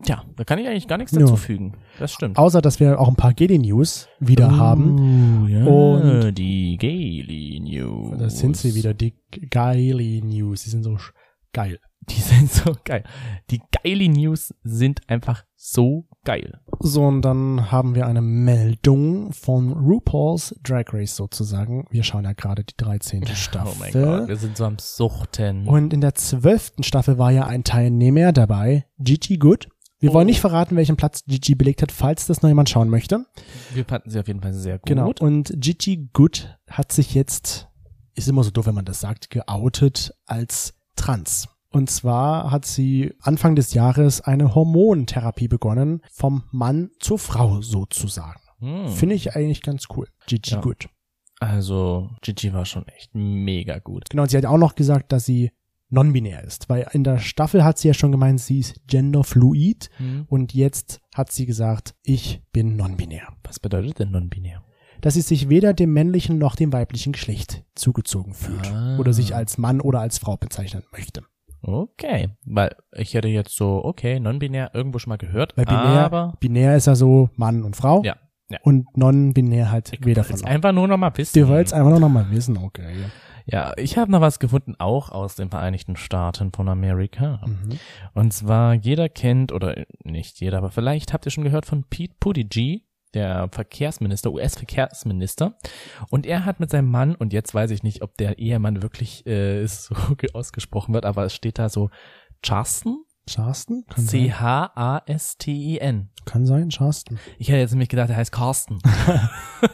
Speaker 3: Tja, da kann ich eigentlich gar nichts
Speaker 1: Ja.
Speaker 3: dazu fügen. Das stimmt.
Speaker 1: Außer, dass wir auch ein paar GD-News wieder haben.
Speaker 3: Uh, ja,
Speaker 1: Und-
Speaker 3: die Gaily News.
Speaker 1: Das sind sie wieder, die geile News. Die sind so sch- geil.
Speaker 3: Die sind so geil. Die Gaily News sind einfach so geil.
Speaker 1: So, und dann haben wir eine Meldung von RuPaul's Drag Race sozusagen. Wir schauen ja gerade die 13. Staffel.
Speaker 3: Oh mein Gott, wir sind so am Suchten.
Speaker 1: Und in der zwölften Staffel war ja ein Teilnehmer dabei, Gigi Good. Wir
Speaker 3: Oh.
Speaker 1: wollen nicht verraten, welchen Platz Gigi belegt hat, falls das noch jemand schauen möchte.
Speaker 3: wir fanden sie auf jeden Fall sehr gut.
Speaker 1: Genau. Und Gigi Good hat sich jetzt, ist immer so doof, wenn man das sagt, geoutet als trans. Und zwar hat sie Anfang des Jahres eine Hormontherapie begonnen, vom Mann zur Frau sozusagen.
Speaker 3: Hm.
Speaker 1: Finde ich eigentlich ganz cool. Gigi
Speaker 3: Ja.
Speaker 1: Good.
Speaker 3: Also, Gigi war schon echt mega gut.
Speaker 1: Genau, und sie hat auch noch gesagt, dass sie non-binär ist, weil in der Staffel hat sie ja schon gemeint, sie ist genderfluid und jetzt hat sie gesagt, ich bin non-binär.
Speaker 3: Was bedeutet denn non-binär?
Speaker 1: Dass sie sich weder dem männlichen noch dem weiblichen Geschlecht zugezogen fühlt
Speaker 3: Ah.
Speaker 1: oder sich als Mann oder als Frau bezeichnen möchte.
Speaker 3: Okay, weil ich hätte jetzt so, okay, non-binär irgendwo schon mal gehört,
Speaker 1: Weil binär,
Speaker 3: aber
Speaker 1: binär ist ja so Mann und Frau
Speaker 3: Ja, ja.
Speaker 1: und non-binär halt weder von
Speaker 3: Jetzt
Speaker 1: noch.
Speaker 3: einfach nur noch mal wissen.
Speaker 1: Du wolltest einfach noch mal wissen, okay.
Speaker 3: Ja, ich habe noch was gefunden, auch aus den Vereinigten Staaten von Amerika.
Speaker 1: Mhm.
Speaker 3: Und zwar, jeder kennt, oder nicht jeder, aber vielleicht habt ihr schon gehört von Pete Buttigieg, der Verkehrsminister, US-Verkehrsminister. Und er hat mit seinem Mann, und jetzt weiß ich nicht, ob der Ehemann wirklich äh, so ge- ausgesprochen wird, aber es steht da so Charsten,
Speaker 1: Charsten? Kann sein.
Speaker 3: C-H-A-S-T-I-N.
Speaker 1: Kann sein, Charsten.
Speaker 3: Ich hätte jetzt nämlich gedacht, er heißt Carsten.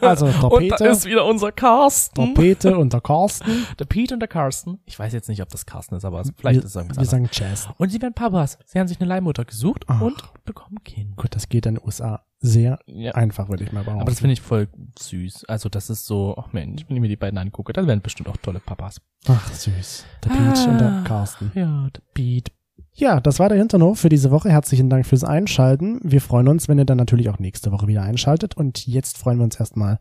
Speaker 1: Also
Speaker 3: Und da
Speaker 1: Torpete,
Speaker 3: ist wieder unser Carsten.
Speaker 1: Torpete und der Carsten.
Speaker 3: Der Pete und der Carsten. Ich weiß jetzt nicht, ob das Carsten ist, aber es- vielleicht
Speaker 1: wir,
Speaker 3: ist es irgendwas
Speaker 1: Wir
Speaker 3: anderes.
Speaker 1: sagen Jazz.
Speaker 3: Und sie werden Papas. Sie haben sich eine Leihmutter gesucht
Speaker 1: Ach.
Speaker 3: und bekommen ein Kind.
Speaker 1: Gut, das geht in den USA sehr
Speaker 3: Ja.
Speaker 1: einfach, würde ich mal behaupten.
Speaker 3: Aber das finde ich voll süß. Also das ist so, ach Mensch, wenn ich mir die beiden angucke, dann werden bestimmt auch tolle Papas.
Speaker 1: Ach, süß. Der Peach
Speaker 3: Ah.
Speaker 1: und der Carsten.
Speaker 3: Ja, der Pete.
Speaker 1: Ja, das war der Hinternhof für diese Woche. Herzlichen Dank fürs Einschalten. Wir freuen uns, wenn ihr dann natürlich auch nächste Woche wieder einschaltet. Und jetzt freuen wir uns erstmal,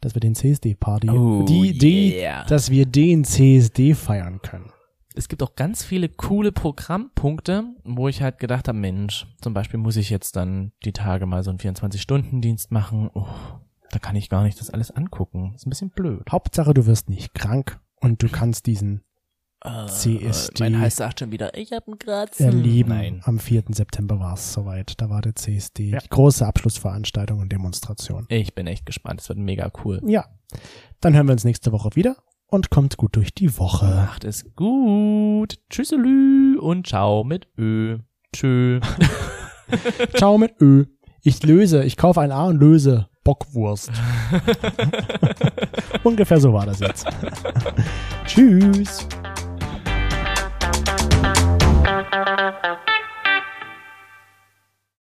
Speaker 1: dass wir den CSD-Party,
Speaker 3: Oh,
Speaker 1: die, die,
Speaker 3: yeah.
Speaker 1: dass wir den CSD feiern können.
Speaker 3: Es gibt auch ganz viele coole Programmpunkte, wo ich halt gedacht habe, Mensch, zum Beispiel muss ich jetzt dann die Tage mal so einen 24-Stunden-Dienst machen. Oh, da kann ich gar nicht das alles angucken. Ist ein bisschen blöd.
Speaker 1: Hauptsache, du wirst nicht krank und du kannst diesen CSD.
Speaker 3: Äh, Mein Hals sagt schon wieder, ich habe einen Kratzen.
Speaker 1: erleben.
Speaker 3: Nein.
Speaker 1: Am 4. September war es soweit. Da war der CSD.
Speaker 3: Ja.
Speaker 1: Die große Abschlussveranstaltung und Demonstration.
Speaker 3: Ich bin echt gespannt. Es wird mega cool.
Speaker 1: Ja. Dann hören wir uns nächste Woche wieder und kommt gut durch die Woche.
Speaker 3: Macht es gut. Tschüsselü und ciao mit Ö. Tschö.
Speaker 1: Ciao mit Ö. Ich löse, ich kaufe ein A und löse Bockwurst. Ungefähr so war das jetzt. Tschüss.